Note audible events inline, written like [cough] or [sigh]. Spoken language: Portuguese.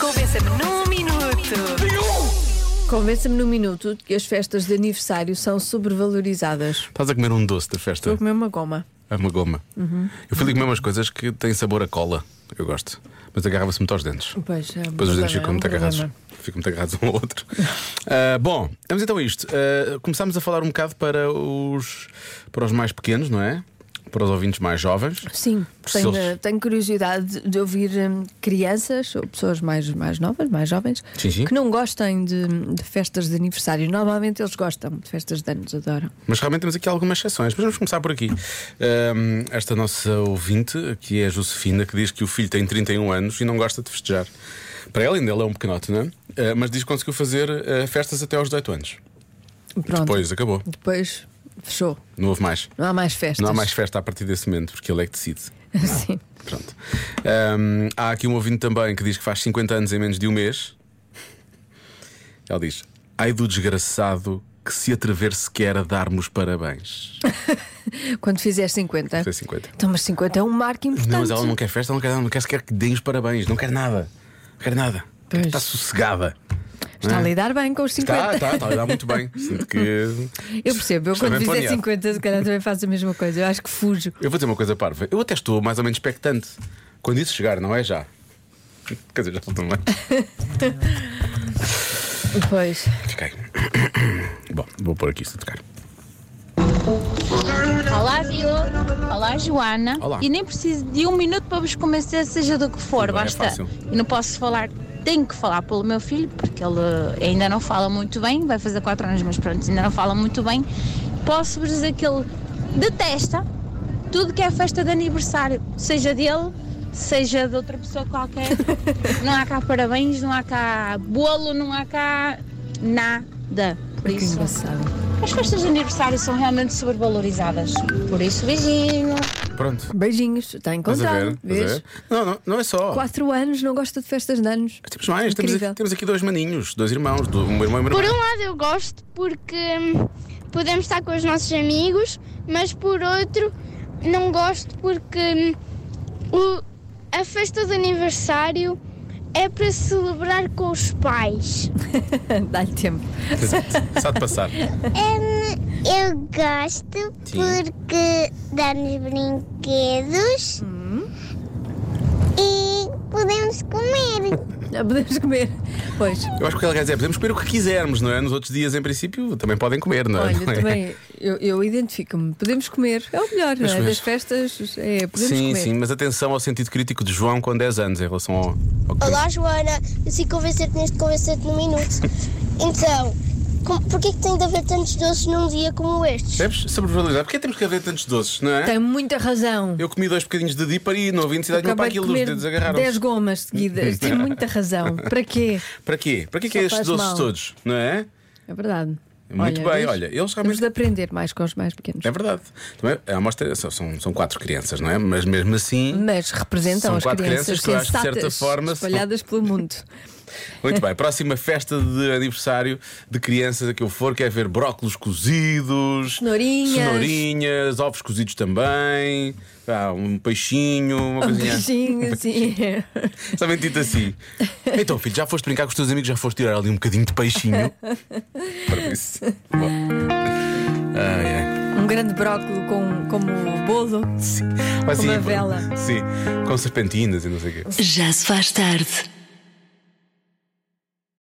Convença-me num minuto. Convença-me num minuto que as festas de aniversário são sobrevalorizadas. Estás a comer um doce da festa? Estou a comer Uhum. uma goma. É uma goma. Eu fui ali comer umas coisas que têm sabor a cola. Eu gosto. Mas agarrava-se muito aos dentes. Pois, é um Depois os problema, dentes ficam é um muito agarrados. problema. Ficam muito agarrados um [laughs] ao outro. Ah, bom, vamos então a isto. Ah, começámos a falar um bocado para os, para os mais pequenos, não é? Para os ouvintes mais jovens. Sim, Se tenho, eles- tenho curiosidade de ouvir hum, crianças ou pessoas mais, mais novas, mais jovens, Sim, sim. que não gostem de, de festas de aniversário. Normalmente eles gostam de festas de anos, adoram. Mas realmente temos aqui algumas exceções. Mas vamos começar por aqui. Ahm, esta nossa ouvinte, que é a Josefina, que diz que o filho tem 31 anos e não gosta de festejar. Para ela ainda ele é um pequenote, não é? Ah, mas diz que conseguiu fazer ah, festas até aos 18 anos. Pronto, Depois acabou. depois fechou. Não houve mais. Não há mais festas. Não [laughs] há mais festa a partir desse momento, porque ele é que decide. sim. Pronto. Ahm, há aqui um ouvinte também que diz que faz 50 anos em menos de um mês. Ela diz: Ai do desgraçado que se atrever sequer a dar-me os parabéns. Quando fizer 50. Fez 50. Então, mas 50 é um marco importante. Não, mas ela não quer festa, ela não quer, ela não quer sequer que deem os parabéns, não quer nada. Não quer nada. Quer que Pois. Está sossegada. Tá, Está a lidar bem com os 50. é? Está, está, está a lidar muito bem. [laughs] Sinto que. Eu percebo, eu Está quando bem fizer planeado. 50, se calhar também faço a mesma coisa. Eu acho que fujo. Eu vou dizer uma coisa parva. Eu até estou mais ou menos expectante. Quando isso chegar, não é já? Quer dizer, já falta mais. Pois. Fiquei. [coughs] Bom, vou pôr aqui isto a tocar. Olá, Diogo. Olá, Joana. Olá. E nem preciso de um minuto para vos convencer, seja do que for, Tudo bem, é basta. fácil. e não posso falar, tenho que falar pelo meu filho, porque ele ainda não fala muito bem, vai fazer 4 anos, mas pronto, ainda não fala muito bem. Posso-vos dizer que ele detesta tudo que é festa de aniversário, seja dele, seja de outra pessoa [laughs] qualquer. não há cá parabéns, não há cá bolo, não há cá nada. Por Que isso, engraçado. as festas de aniversário são realmente sobrevalorizadas. Por isso, beijinho. Pronto. Beijinhos, está Estás a ver? encontrado. Estás a Vês? ver? Não, não, não é só. 4 anos, não gosta de festas de anos. [laughs] Temos mais, temos Incrível. aqui, temos aqui dois maninhos, dois irmãos, do- um irmão e uma Por irmã. um lado eu gosto porque hum, podemos estar com os nossos amigos, mas por outro não gosto porque hum, o- a festa de aniversário é para celebrar com os pais. Dá-lhe tempo. Está de passar. Hum, Eu gosto Sim. porque dá-nos brinquedos e podemos comer. Ah, Podemos comer. Pois. Eu acho que o que ele quer dizer, é, podemos comer o que quisermos, não é? Nos outros dias, em princípio, também podem comer, não é? Olha, Não é? também eu, eu identifico-me. Podemos comer. É o melhor, não é? comer. Das festas, é, podemos Sim, comer. sim, mas atenção ao sentido crítico de João com 10 anos em relação ao. ao que Olá Joana, eu sei convencer-te neste convencer-te num minuto. Então, com, porquê que tem de haver tantos doces num dia como este? Percebes? Sobrevalorizar. Porquê temos que haver tantos doces, não é? Tem muita razão. Eu comi dois bocadinhos de Dipper e não havia necessidade nenhuma para Acabei de aquilo, os comer dedos é. agarraram. 10 gomas seguidas. Tem muita razão. Para quê? Para quê? Para quê Só que é estes faz doces mal. todos, não é? É verdade. Muito bem, vês? olha, eles Temos realmente- de aprender mais com os mais pequenos. É verdade. Também, a amostra são- são, são quatro crianças, não é? Mas mesmo assim. Mas representam São as quatro crianças, crianças que eu acho que, de certa sensatas, forma, são- espalhadas pelo mundo. Muito bem, próxima festa de aniversário de crianças a que eu for, quer ver brócolos cozidos, Cenourinhas. cenourinhas, ovos cozidos também, ah, um peixinho, uma Um coisinha. beijinho, é. [laughs] assim. Somente dito assim. Então, filho, já foste brincar com os teus amigos, já foste tirar ali um bocadinho de peixinho. Para isso. Bom. Ai, ai. Um grande brócolo com, como bolo. Mas Uma vela. Sim, com serpentinas e não sei o quê. Já se faz tarde.